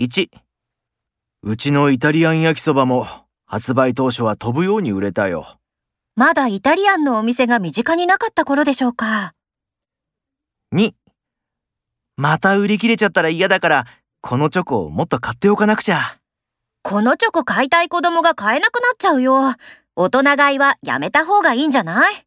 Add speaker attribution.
Speaker 1: 1、うちのイタリアン焼きそばも発売当初は飛ぶように売れたよ。
Speaker 2: まだイタリアンのお店が身近になかった頃でしょうか。
Speaker 1: 2、また売り切れちゃったら嫌だから、このチョコをもっと買っておかなくちゃ。
Speaker 2: このチョコ買いたい子供が買えなくなっちゃうよ。大人買いはやめた方がいいんじゃない